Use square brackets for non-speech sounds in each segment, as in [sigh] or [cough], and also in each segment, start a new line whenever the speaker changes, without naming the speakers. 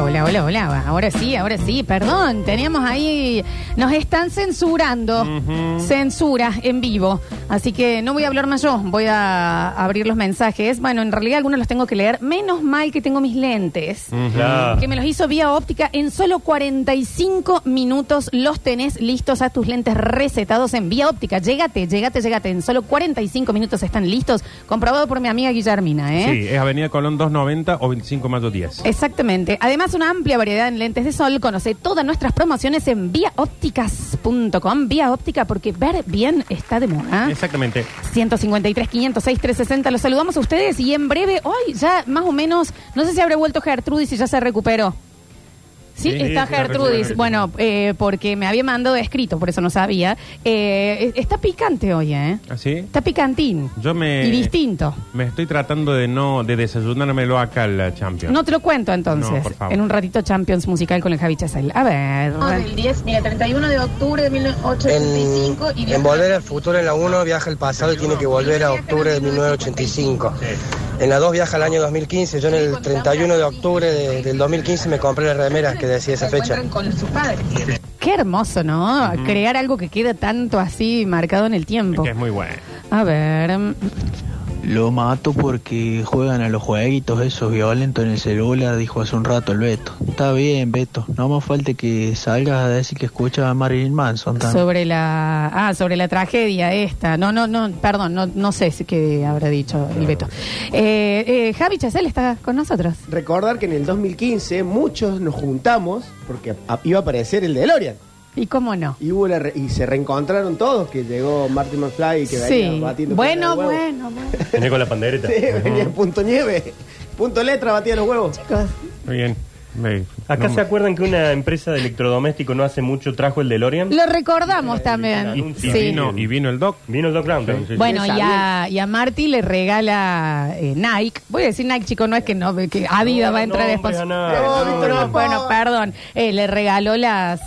Hola, hola, hola. Ahora sí, ahora sí. Perdón, teníamos ahí. Nos están censurando. Censura en vivo. Así que no voy a hablar más yo. Voy a abrir los mensajes. Bueno, en realidad algunos los tengo que leer. Menos mal que tengo mis lentes.
Claro.
Que me los hizo vía óptica en solo 45 minutos. Los tenés listos a tus lentes recetados en vía óptica. Llegate, llegate, llegate. En solo 45 minutos están listos. Comprobado por mi amiga Guillermina, ¿eh?
Sí, es Avenida Colón 290 o 25 Mayo 10.
Exactamente. Además, una amplia variedad en lentes de sol. Conoce todas nuestras promociones en viaópticas.com. Vía óptica, porque ver bien está de moda.
Exactamente.
153, 506, 360. Los saludamos a ustedes y en breve, hoy ya más o menos, no sé si habrá vuelto Gertrudis y ya se recuperó. Sí,
Sí,
está
sí, se recuperó.
Gertrudis. Bueno, eh, porque me había mandado escrito, por eso no sabía. Eh, está picante hoy, ¿eh?
¿Así?
Está picantín.
Yo me.
Y distinto.
Me estoy tratando de no. de desayunármelo acá en la Champions.
No te lo cuento entonces.
No, por favor.
En un ratito Champions musical con el Javi Chazal. A ver.
Ah,
del 10, mira, 31 de octubre de 1885 y
En, en Volver al Futuro, en la 1 viaja al pasado y tiene que volver a octubre de 1985. En la 2 viaja al año 2015. Yo en el 31 de octubre de- del 2015 me compré las remeras que decía esa fecha.
con sus padres.
Qué hermoso, ¿no? Crear algo que queda tanto así marcado en el
Es
tiempo.
Que es muy bueno.
A ver. mm,
Lo mato porque juegan a los jueguitos esos violentos en el celular, dijo hace un rato el Beto. Está bien, Beto. No más falta que salgas a decir que escuchas a Marilyn Manson. tan-
Sobre la. Ah, sobre la tragedia esta. No, no, no, perdón, no, no sé si qué habrá dicho el Beto. Eh, eh, Javi Chazal está con nosotros.
Recordar que en el 2015 muchos nos juntamos porque a- iba a aparecer el DeLorean.
¿Y cómo no?
Y, hubo la re- y se reencontraron todos, que llegó Martin McFly y que
Sí.
venía batiendo...
Bueno,
punta de huevo.
bueno, bueno.
Venía con la pandereta.
[laughs] Sí, venía punto nieve. Punto letra, batía los huevos.
Chicos,
Muy bien. Me-
Acá
no-
se acuerdan que una empresa de electrodoméstico no hace mucho trajo el DeLorean.
lo recordamos también.
anuncio.
y,
Sí.
vino, y vino el doc.
Vino el Doc Brown.
Sí, sí, sí.
Bueno,
Sí,
y a, y a Marty le regala eh, Nike. Voy a decir Nike, chico, no es que no, que Adidas
No,
va a entrar
no,
después.
hombre, a Nike.
No, Víctor, no,
bueno,
no.
perdón. Eh, le regaló las.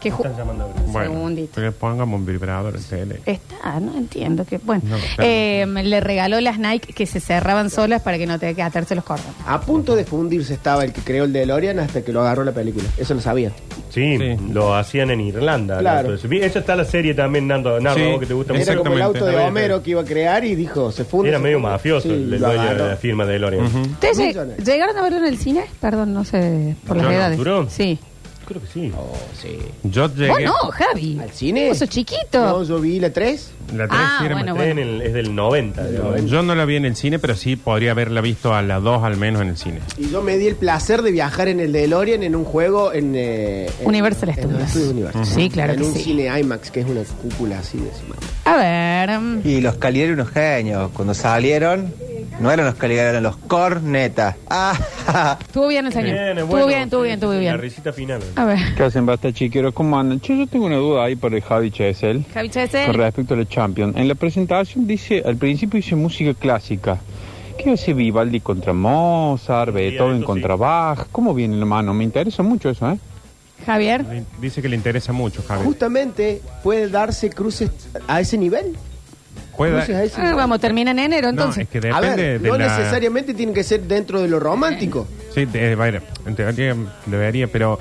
Que ju-
Están llamando ahora.
Bueno,
segundito.
Que le pongamos un vibrador en tele.
Está, no entiendo que. Bueno,
No, está
Eh, le regaló las Nike que se cerraban solas para que no tenga que atarse los cordones.
A punto de fundirse estaba el que creó el DeLorean hasta que lo agarró la película. Eso lo sabía.
Sí,
Sí.
lo hacían en Irlanda.
Claro.
¿no? Entonces, vi- Esa está la serie también, Nando. Nardo,
Sí.
vos que te gusta
Era
mucho.
como el
Exactamente.
auto de
Está bien,
Homero
está
que iba a crear y dijo, se funde.
Era
se
medio
funde.
mafioso
Sí,
el
lo
dueño de
agarró.
la firma de DeLorean.
¿Ustedes lleg-
Millones.
llegaron a verlo en el cine? Perdón, no sé, por las
¿Yo no,
edades.
Arturo?
Sí.
Creo que sí.
Oh, sí.
Yo llegué.
Vos no, Javi.
¿Al cine?
Vos sos chiquito.
No, yo vi la 3.
La tres
Ah,
sí era
bueno,
más-
Está en el- es del 90. digamos.
Yo no la vi en el cine, pero sí podría haberla visto a las dos al menos en el cine.
Y yo me di el placer de viajar en el DeLorean en un juego en... eh, en-
Universal
en
Studios.
los estudios Universal.
Sí, claro
En
que
un
sí.
cine IMAX, que es una cúpula así de encima.
A ver. mm,
Y los Caligari unos genios. Cuando salieron, no eran los Caligari, eran los cornetas. Ah,
Estuvo bien el señor.
Bien, es
estuvo
bueno.
bien, estuvo
Sí,
bien, estuvo
sí, La
bien.
risita final.
A ver.
¿Qué hacen, basta chiqueros? ¿Cómo andan? Che, yo tengo una duda ahí para el Javi Chesel.
Javi
Con
Chesel.
respecto a la Champions. En la presentación dice, al principio dice música clásica. ¿Qué hace Vivaldi contra Mozart, Beethoven
eso
contra
sí.
Bach? ¿Cómo viene la mano? Me interesa mucho eso, ¿eh?
Javier.
Le- Dice que le interesa mucho, Javi.
Justamente puede darse cruces a ese nivel.
Puede-
Cruces a ese
Ah,
nivel.
vamos, termina en enero
No,
entonces.
es que
A
depende
ver,
de
no
la...
necesariamente tiene que ser dentro de lo romántico.
Sí, de- va a ir- en teoría debería,
[laughs]
pero...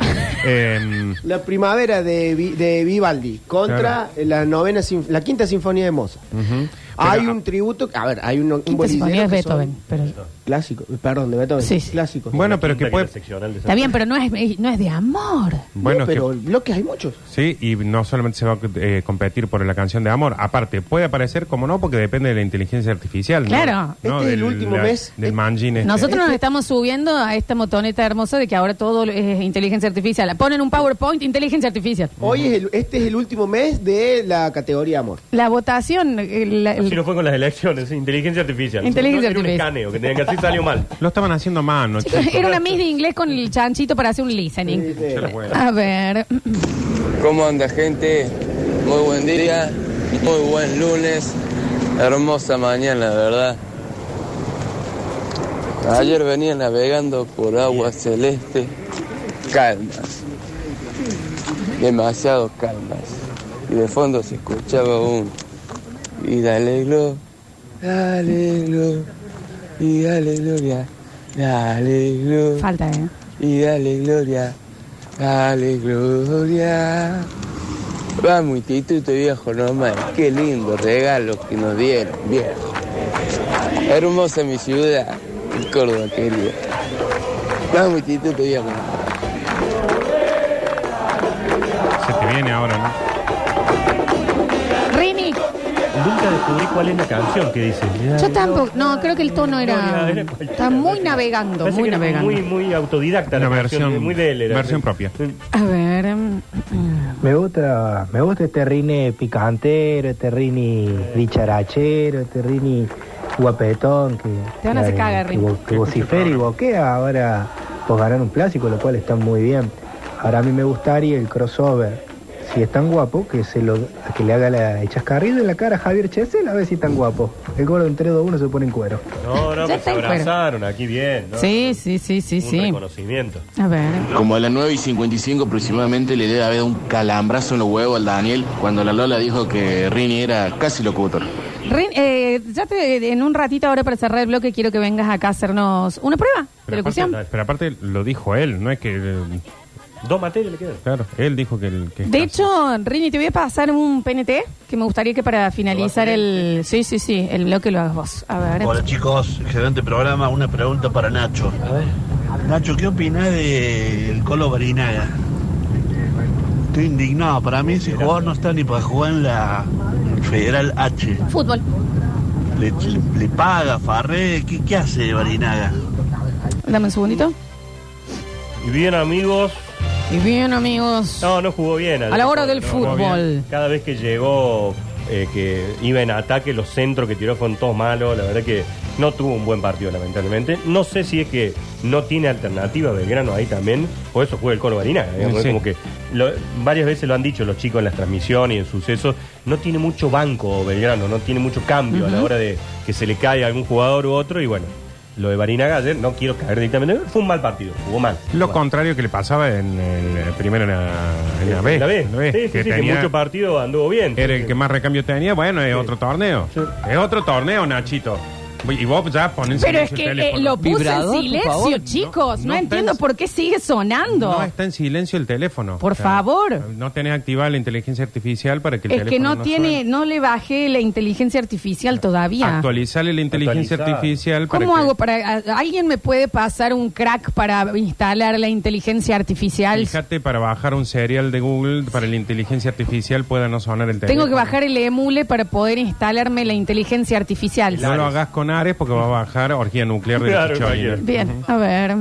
em,
La primavera de, Vi- de Vivaldi contra la novena sinf- la quinta sinfonía de Mozart.
ujú.
Hay
Pero,
un tributo, a ver, hay un, un
Quinta
buen
sinfonía es
lidero que son
Beethoven. Pero,
Clásico, perdón, de Beethoven.
Sí, sí.
Clásico.
Bueno, pero que
Quinta
puede...
la seccional de
está bien, pero no es, no es de amor.
Bueno,
No,
que-
pero bloques hay muchos.
Sí, y no solamente se va a eh, competir por la canción de amor. Aparte, puede aparecer como no, porque depende de la inteligencia artificial. ¿no?
Claro.
No,
Este es el último mes.
Del
Este-
manjin este.
Nosotros nos estamos subiendo a esta motoneta hermosa de que ahora todo es inteligencia artificial. Ponen un PowerPoint, inteligencia artificial.
Hoy es el- este es el último mes de la categoría amor.
La votación. eh, la- el-
Así no fue con las elecciones. Inteligencia artificial.
Inteligencia
No, era
artificial.
un escaneo que tenían que así salió mal.
Lo estaban haciendo a mano,
Chicos, [laughs]
chicos.
era una miss de inglés con el chanchito para hacer un listening.
Se la juega.
A ver.
¿Cómo anda gente? Muy buen día, muy buen lunes, hermosa mañana, ¿verdad? Ayer venía navegando por agua celeste, calmas, demasiado calmas. Y de fondo se escuchaba un y dale glo, dale glo, y dale gloria, dale glo,
Falta, ¿eh?
y dale gloria, dale gloria. Vamos, instituto viejo nomás, qué lindo regalo que nos dieron, viejo. Hermosa mi ciudad, Córdoba querida. Vamos, instituto viejo.
Se te viene ahora, ¿no?
Rini,
Nunca descubrí cuál es la canción que dice.
yo tampoco. No, creo que el tono era.
Gloria, era cualquiera.
Está muy navegando,
Parece
muy
que era
navegando.
muy, muy autodidacta
Una
la
versión,
canción, muy de él era.
versión propia.
A ver. mm, mm.
Me gusta, me gusta este rine picantero, este rine dicharachero, este rine guapetón que,
Te van a hacer
que-
cagar,
que
Rini.
bo- que vocifera y boquea ahora pues ganar un clásico, lo cual está muy bien. Ahora a mí me gustaría el crossover. Si es tan guapo, que se lo que le haga la el chascarrillo en la cara a Javier Chesel, a ver si es tan guapo. El gordo entre 2-1 se pone en cuero.
No, no,
Ya
pues
está
se
en cuero.
abrazaron aquí bien. ¿no?
Sí, sí, sí, sí,
Un
sí.
reconocimiento.
A ver.
Como a las 9 y 55 aproximadamente le debe haber dado un calambrazo en los huevos al Daniel cuando la Lola dijo que Rini era casi locutor.
Rin, eh, ya te, en un ratito ahora para cerrar el bloque quiero que vengas acá a hacernos una prueba de
Pero
locución.
aparte, pero aparte lo dijo él, no es que... eh,
Dos materias le quedan.
Claro, él dijo que... el- que es
De
casi.
hecho, Rini, te voy a pasar un PNT que me gustaría que para finalizar el... Sí, sí, sí, el bloque lo hagas vos. A ver.
Hola chicos, excelente programa. Una pregunta para Nacho. Nacho, ¿qué opinás del Colo Barinaga? Estoy indignado. Para mí ese jugador no está ni para jugar en la Federal H.
Fútbol.
Le, le paga, Farré. Eh, ¿Qué, qué hace Barinaga?
Dame un segundito.
Y bien, amigos.
Y bien, amigos.
No, no jugó bien.
A la hora del
No jugó bien.
fútbol.
Cada vez que llegó, eh, que iba en ataque, los centros que tiró fueron todos malos. La verdad que no tuvo un buen partido, lamentablemente. No sé si es que no tiene alternativa Belgrano ahí también, o eso juega el Colo Barinaga, digamos,
Sí.
es como que lo- varias veces lo han dicho los chicos en las transmisiones y en sucesos. No tiene mucho banco Belgrano, no tiene mucho cambio a la
Ujú.
hora de que se le cae a algún jugador u otro. Y bueno, lo de Barinaga ayer, no quiero caer directamente, fue un mal partido, jugó mal.
Lo
Jugó mal.
contrario que le pasaba en el primero en la, en la B.
La B.
en la B,
Sí, sí, sí, que
tenía-
mucho partido anduvo bien.
Era el que más recambio tenía, bueno, es otro torneo.
Sí.
Es otro torneo, Nachito. Y vos ya pones
Pero es que eh, lo puse
Vibrador,
en
por
silencio,
favor.
chicos. No,
no
entiendo
pensé-
por qué sigue sonando.
No está en silencio el teléfono.
Por favor.
No tenés activada la inteligencia artificial para que el
es
teléfono
que no, tiene,
suene.
no le bajé la inteligencia artificial todavía.
Actualizarle la inteligencia
Actualizar.
artificial para
¿Cómo
que-
hago para a- alguien me puede pasar un crack para instalar la inteligencia artificial?
Fíjate para bajar un serial de Google para la inteligencia artificial pueda no sonar el teléfono.
Tengo que bajar el emule para poder instalarme la inteligencia artificial.
No lo hagas con Ares porque va a bajar orgía nuclear de
Claro,
la Chichonina.
Bien, a ver.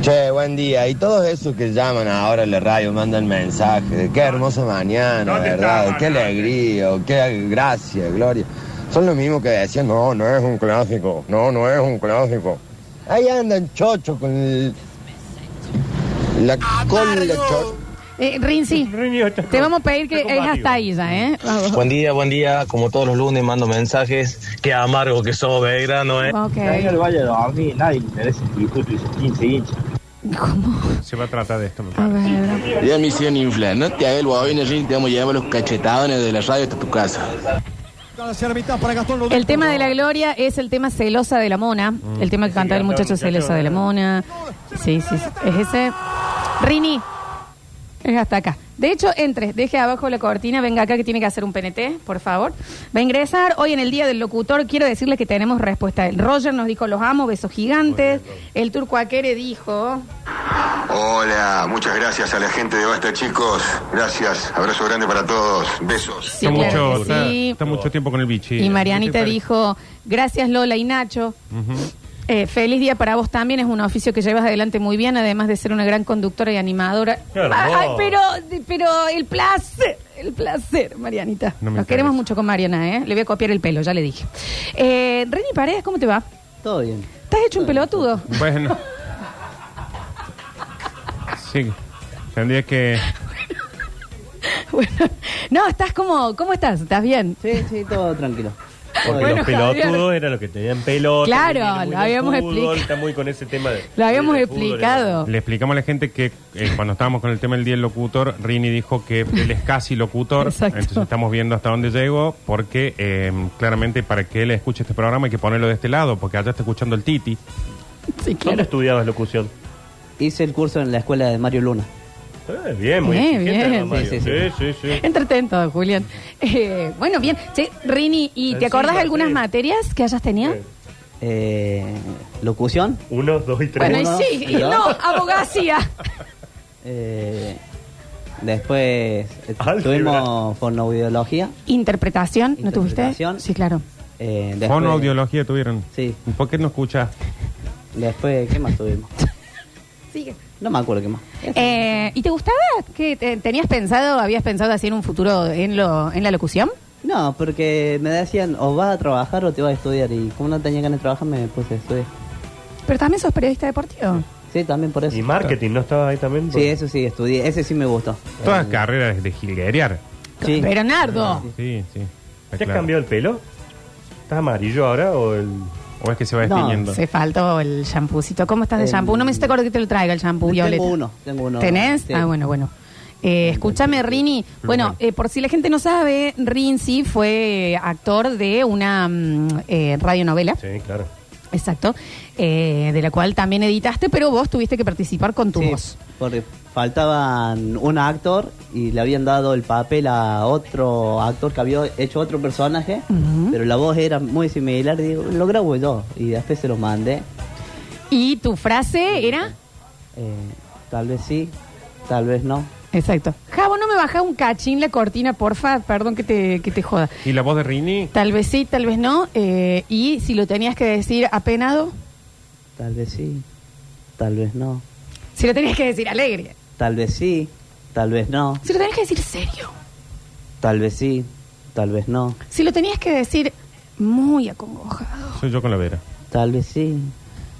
Che, buen día. Y todos esos que llaman ahora a la radio, mandan mensajes. de Qué hermosa mañana,
¿Dónde
¿verdad?
estaban?
Qué alegría, o qué gracia, gloria. Son los mismos que decían, no, no es un clásico, no, no es un clásico. Ahí andan chocho con el- la cola chocho.
Eh, Rinzi, te vamos a pedir que es hasta ahí ya, ¿eh? Vamos.
Buen día, buen día. Como todos los lunes mando mensajes. Qué amargo que sos, Belgrano, ¿eh?
Ok. Nadie
lo vaya a dormir, nadie le este merece el tributo y 15 hinchas.
Se va a tratar de esto. me
A ver.
Ya me hicieron inflar. No te hagas el guabino, Rini, te vamos a llevar los cachetadones de la radio hasta tu casa.
El tema de la gloria es el tema celosa de la mona. El tema que cantaba el muchacho celosa de la mona. Sí, sí, sí. es ese. Rini, es hasta acá. De hecho, entre, deje abajo la cortina, venga acá que tiene que hacer un PNT, por favor. Va a ingresar. Hoy en el Día del Locutor quiero decirles que tenemos respuesta. El Roger nos dijo los amo, besos gigantes. El Turco Aquere dijo...
Hola, muchas gracias a la gente de Basta, chicos. Gracias, abrazo grande para todos. Besos.
Sí,
está,
claro
mucho,
que
está-
sí.
está mucho tiempo con el bichi.
y Marianita
Bichi
dijo, gracias Lola y Nacho.
Ujú.
Eh, feliz día para vos también, es un oficio que llevas adelante muy bien, además de ser una gran conductora y animadora. Ah,
Qué hermoso.
Ay, pero, pero el placer, el placer, Marianita.
No me
Nos queremos
interesa.
mucho con Mariana, ¿eh? Le voy a copiar el pelo, ya le dije. Eh, Reni Paredes, ¿cómo te va?
Todo bien.
¿Estás hecho un
[laughs]
pelotudo?
Bueno. sí. Tendría que.
No, estás como, ¿cómo estás? ¿Estás bien?
Sí, sí, todo tranquilo.
Porque
Bueno,
los pelotudos
Javier.
eran los que tenían pelota.
Claro,
que tienen
lo
muy de
habíamos
fútbol,
explicado.
Está muy con ese tema de.
Lo habíamos
del fútbol,
explicado.
Le explicamos a la gente que eh, cuando estábamos con el tema del día del locutor, Rini dijo que él es casi locutor.
Exacto.
Entonces estamos viendo hasta dónde llego, porque eh, claramente para que él escuche este programa hay que ponerlo de este lado, porque allá está escuchando el Titi.
Sí,
¿Dónde estudiabas locución?
hice el curso en la escuela de Mario Luna.
Eh, bien, muy
Eh,
exigente,
bien.
además, Mario.
Sí, sí,
sí, sí.
Entretento, Julián. Eh, bueno, bien. Che, Rini, ¿y
Eh,
te
Encima,
acordás de algunas
sí.
materias que hayas tenido?
Eh, locución.
Uno, dos y
Bueno, y sí, y no, abogacía.
Eh, después eh, tuvimos fonoaudiología.
Interpretación, ¿no tuviste?
Interpretación.
Sí, claro.
Eh, después,
Fonoaudiología tuvieron.
Sí.
¿Por qué no escuchás?
Después, ¿qué más tuvimos?
Sigue.
No me acuerdo qué más.
Eh, ¿Y te gustaba? ¿Qué te- tenías pensado, habías pensado así en un futuro en, lo, en la locución?
No, porque me decían o vas a trabajar o te vas a estudiar. Y como no tenía ganas de trabajar, me puse a estudiar.
Pero también sos periodista deportivo.
Sí, también por eso.
Y marketing, ¿no estaba ahí también?
Sí, eso sí, estudié. Ese sí me gustó.
Eh.
Todas carreras de jilguerear.
Sí.
Pero Nardo.
Sí, sí.
¿Te has cambiado el pelo? ¿Estás amarillo ahora o el...
¿O es que se va
No, se faltó el champucito. ¿Cómo estás de
El-
shampoo? No me hiciste acuerdo que te lo traiga el shampoo, Violeta.
Em, Tengo uno, tengo uno.
¿Tenés?
Sí.
Ah, bueno, bueno. Eh, escúchame, Rini. Bueno, eh, por si la gente no sabe, Rinzi fue actor de una mm, eh, radionovela.
Sí, claro.
Exacto. Eh, de la cual también editaste, pero vos tuviste que participar con tu
Sí,
voz.
Porque faltaban un actor y le habían dado el papel a otro actor que había hecho otro personaje,
Ujú.
pero la voz era muy similar. Digo, lo grabo yo. Y después se lo mandé.
Y tu frase era.
Eh, tal vez sí, tal vez no.
Exacto. Javo, no me baja un cachín la cortina, porfa. Perdón que te, que te joda.
¿Y la voz de Rini?
Tal vez sí, tal vez no. eh, y si lo tenías que decir apenado,
Tal vez sí, tal vez no.
si lo tenías que decir alegre,
Tal vez sí, tal vez no.
si lo tenías que decir serio,
Tal vez sí, tal vez no.
si lo tenías que decir muy acongojado.
Soy yo con la vera.
Tal vez sí,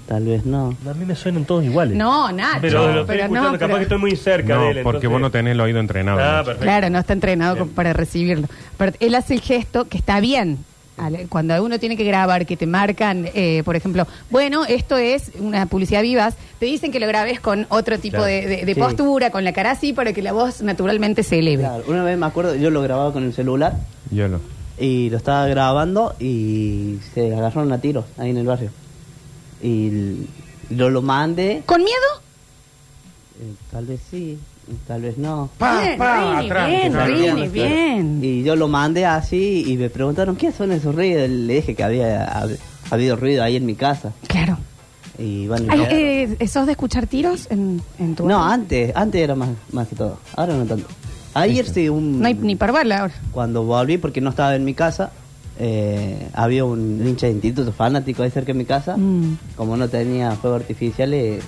tal vez no.
A mí me suenan todos iguales.
No, nada.
Pero lo
no,
estoy
pero
escuchando,
no,
capaz
pero-
que estoy muy cerca
No,
de él.
porque vos no tenés el oído entrenado.
Ah,
¿no?
perfecto.
Claro, no está entrenado como para recibirlo. Pero él hace el gesto que está bien. Al- Cuando uno tiene que grabar, que te marcan, eh, por ejemplo, bueno, esto es una publicidad vivas, te dicen que lo grabes con otro tipo
Claro.
de, de- de
Sí.
postura, con la cara así, para que la voz naturalmente se eleve.
Claro, una vez me acuerdo, yo lo grababa con el celular
Yo no.
y lo estaba grabando y se agarraron a tiros ahí en el barrio. Y l- yo lo mandé,
¿Con miedo?
eh, tal vez sí, tal vez no.
bien, Rini, bien, Rini, bien.
Y yo lo mandé así y me preguntaron, ¿qué son esos ruidos? Le dije que había hab- habido ruido ahí en mi casa.
Claro.
Y bueno,
Ay,
no,
eh, ¿Sos de escuchar tiros en, en tu
No, antes, antes era más, más que todo, ahora no tanto. Ayer sí, un...
No hay ni parvarla ahora.
Cuando volví, porque no estaba en mi casa, eh, había un hincha de instituto fanático ahí cerca de mi casa.
Mm.
Como no tenía fuego artificial, eh,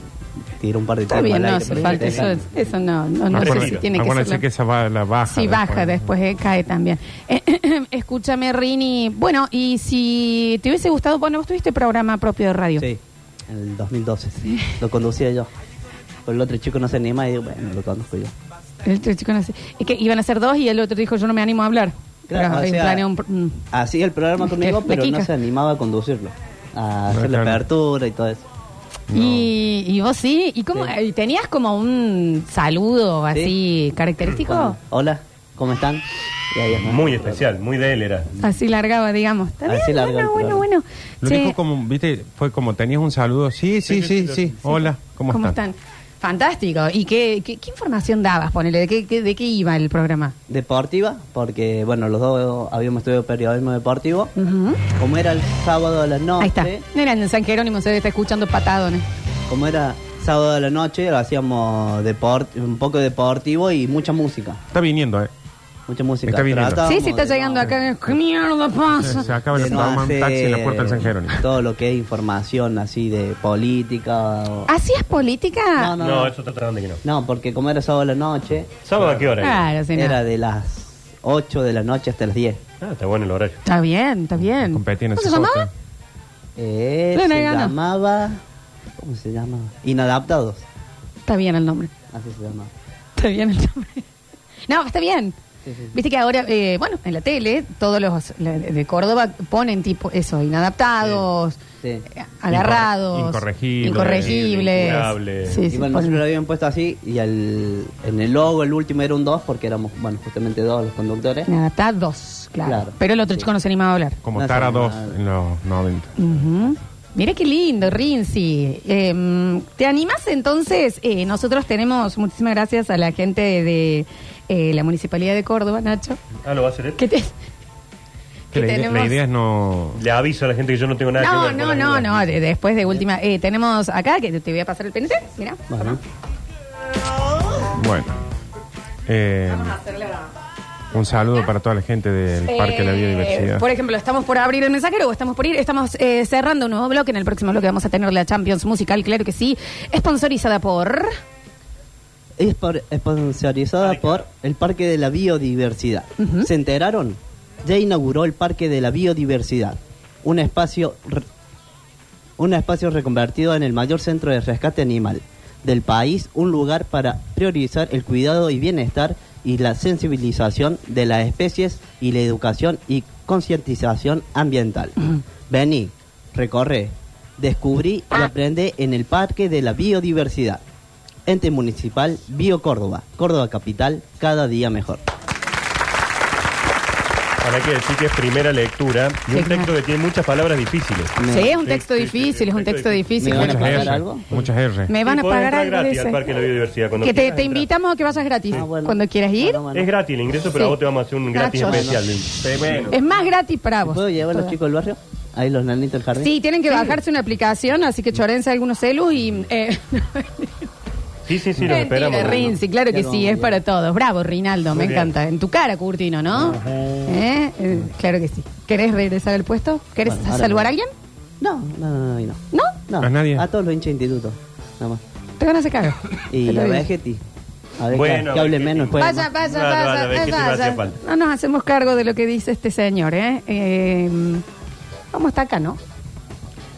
tiró un par de
Está
tiros
bien,
al
no
aire,
hace
pero
falta.
ya
Eso,
está.
eso no, no, no sé si
Acuérdense-
tiene que ser.
acuérdense
la-
que esa va, la baja.
Sí, baja después, eh, cae también. Eh, [coughs] escúchame, Rini. Bueno, y si te hubiese gustado, bueno, vos tuviste programa propio de radio.
Sí, en el 2012. Lo conducía yo. Pero el otro chico no se anima y digo, bueno, lo conduzco yo.
El otro chico no sé. Es que iban a ser dos y el otro dijo, yo no me animo a hablar.
Claro,
Pero,
o
eh,
sea,
planeó un pr- mm.
Así el programa
Es que
conmigo,
la
pero no
quica.
se animaba a conducirlo. A hacer la
claro.
apertura y todo eso.
y, y vos sí, ¿y cómo? ¿Y tenías como un saludo así característico?
Hola, ¿cómo están? Y ahí está.
Muy especial, muy de él era.
Así largaba, digamos. Está bien,
Así larga
bueno,
el
bueno, bueno.
Lo
Che,
único como, viste, fue como tenías un saludo. Sí, sí, sí, sí. Hola, ¿cómo,
¿Cómo
están?
están? Fantástico. ¿Y qué, qué, qué información dabas? Ponele, ¿de qué, qué- de qué iba el programa?
deportiva, porque bueno, los dos habíamos estudiado periodismo deportivo.
Ujú.
Como era el sábado a la noche,
Ahí está. Mira, en San Jerónimo se está escuchando patadones.
como era sábado a la noche, hacíamos deport, un poco deportivo y mucha música.
Está
[laughs]
viniendo, eh.
Mucha música.
Está viniendo.
Tratábamos
Sí, se está
de
llegando acá. ¿Qué mierda pasa?
Se, se acaba de
de no
tomar un
hacer
taxi en la puerta del San Jerónimo.
Todo lo que es información así de política. o-
¿Hacías política?
No, no,
No,
no.
eso está tratando de que no.
No, porque como era sábado a la noche,
¿Sábado a qué hora? era?
Claro, sí, no.
era de las 8 de la noche hasta las 10.
Ah, está bueno el horario.
Está bien, está bien.
Competí en
¿Cómo
ese
se llamaba?
corte.
Eh,
Plena
se
gana.
llamaba. ¿Cómo se llamaba? Inadaptados.
Está bien el nombre.
Así se llama.
[laughs] Está bien el nombre. No, está bien.
Sí, sí.
Viste que ahora, eh, bueno, en la tele, todos los la- de Córdoba ponen tipo eso, inadaptados,
Sí.
eh, agarrados,
Incorregibles,
incorregibles.
incurables.
Sí,
y
sí,
bueno,
ponen-
nosotros lo habían puesto así y al- en el logo el último era un 2 porque éramos, bueno, justamente dos los conductores.
Inadaptados, claro.
Claro.
Pero el otro chico no se animaba a hablar.
Como
No
Tara
sabe
2
nada.
en los 90.
Ujú. Mira qué lindo, Rinzi. Eh, ¿Te animás entonces? Eh, nosotros tenemos, muchísimas gracias a la gente de eh, la Municipalidad de Córdoba, Nacho.
Ah, lo va a hacer él.
Que te-
Que la,
¿Qué
idea, la
tenemos?
idea es no.
Le aviso a la gente que yo no tengo nada que
No,
ver. con
no,
la
no,
duda.
no, de- después de última. Eh, tenemos acá, que te voy a pasar el penete, mira.
Bueno. Eh, un saludo para toda la gente del Parque de la
Eh,
Biodiversidad.
Por ejemplo, estamos por abrir el mensajero o estamos por ir, estamos eh, cerrando un nuevo bloque. En el próximo bloque vamos a tener la Champions Musical, claro que sí. Sponsorizada por.
Es por, sponsorizada por el Parque de la Biodiversidad. ¿Se enteraron? Ya inauguró el Parque de la Biodiversidad, un espacio, re- un espacio reconvertido en el mayor centro de rescate animal del país, un lugar para priorizar el cuidado y bienestar y la sensibilización de las especies y la educación y concientización ambiental. Vení, recorre, descubrí y aprende en el Parque de la Biodiversidad. Ente Municipal Bio Córdoba. Córdoba Capital, cada día mejor.
Para que decir que es primera lectura y un
Sí,
texto que tiene muchas palabras difíciles.
Sí, es un texto difícil, es un texto difícil.
Muchas
Bueno,
R,
Muchas R.
Me van a
Y podés
pagar
entrar
algo de
gratis
ese.
al Parque de la Biodiversidad cuando
que te,
quieras
te
entrar.
invitamos a que vayas gratis.
Ah,
Cuando quieras ir.
Es gratis el ingreso, pero
Sí.
a vos te vamos a hacer un gratis
Nachos.
especial.
Es más gratis para vos.
¿Puedo llevar a los
Toda.
chicos del barrio? Ahí los nanitos del jardín.
Sí, tienen que bajarse una aplicación, así que chorense algunos celus y... Eh, [laughs]
Sí, sí, sí, los
mentira,
esperamos.
Rinzi, claro que sí, es para todos. Bravo, Rinaldo, me
Muy bien.
encanta. En tu cara, Curtino, ¿no? ¿Eh? Eh, Claro que sí. ¿Querés regresar al puesto? ¿Querés
Bueno, ahora
saludar a
no.
alguien?
No, no, no, no. ¿No?
¿No?
no.
¿A nadie?
A todos los hinchas de instituto, nada más.
Te van a hacer cagar. Te
Y
lo
a
digo.
Vegetti. A ver,
Bueno,
que, que hable
Vegetti.
menos. pues. puede
Vaya,
más.
vaya,
No, no,
vaya,
la vez que te va a hacer
vaya.
falta.
No nos hacemos cargo de lo que dice este señor, ¿eh? Eh, Vamos hasta acá, ¿no?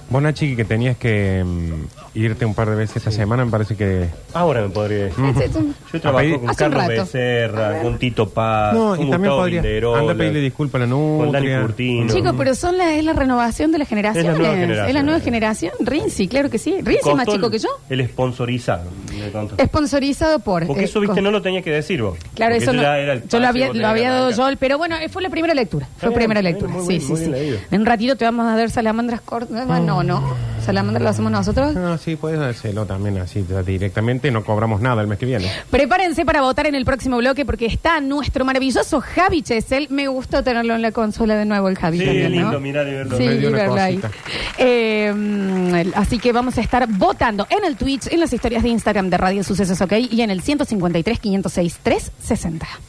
Vos, Nachi, que tenías que mm, irte un par de veces esta semana, me parece que.
Ahora me podría ir.
Ujú.
Yo trabajo con
Hace un
Carlos
rato.
Becerra, con Tito Paz,
No,
con
y también
Gustavo
podría.
Vinderola,
Anda a pedirle disculpas a la
con Dani
nutria.
Curtino.
Chicos, pero son la, es la renovación de las generaciones.
Es la nueva generación.
Es la nueva generación. Rinzi, claro que sí. Rinzi es
Costó
más chico
el-
que yo.
El sponsorizado. me contó.
Sponsorizado por.
Porque
eh,
eso, viste,
con-
no lo tenías que decir vos.
Claro,
Porque
eso no,
ya era el
yo lo
pase,
había,
vos
lo
tenías
había
que
dado
arrancar.
yo, pero bueno, eh, fue la primera lectura. Fue
bien,
primera
bueno,
lectura.
muy
sí,
bien, muy
sí,
bien
sí.
leído.
En un ratito te vamos a dar salamandras cortas. No, no. Salamandras lo hacemos nosotros.
No, sí, puedes hacerlo también así ya directamente. No cobramos nada el mes que viene.
Prepárense para votar en el próximo bloque porque está nuestro maravilloso Javi Chesel. Me gustó tenerlo en la consola de nuevo el Javi.
Sí,
también,
lindo,
¿no?
mirar y verlo.
Sí,
Me dio
y
una
verlo ahí.
cosita.
Eh, mm, así que vamos a estar votando en el Twitch, en las historias de Instagram de Radio Sucesos OK y en el 153 506 360.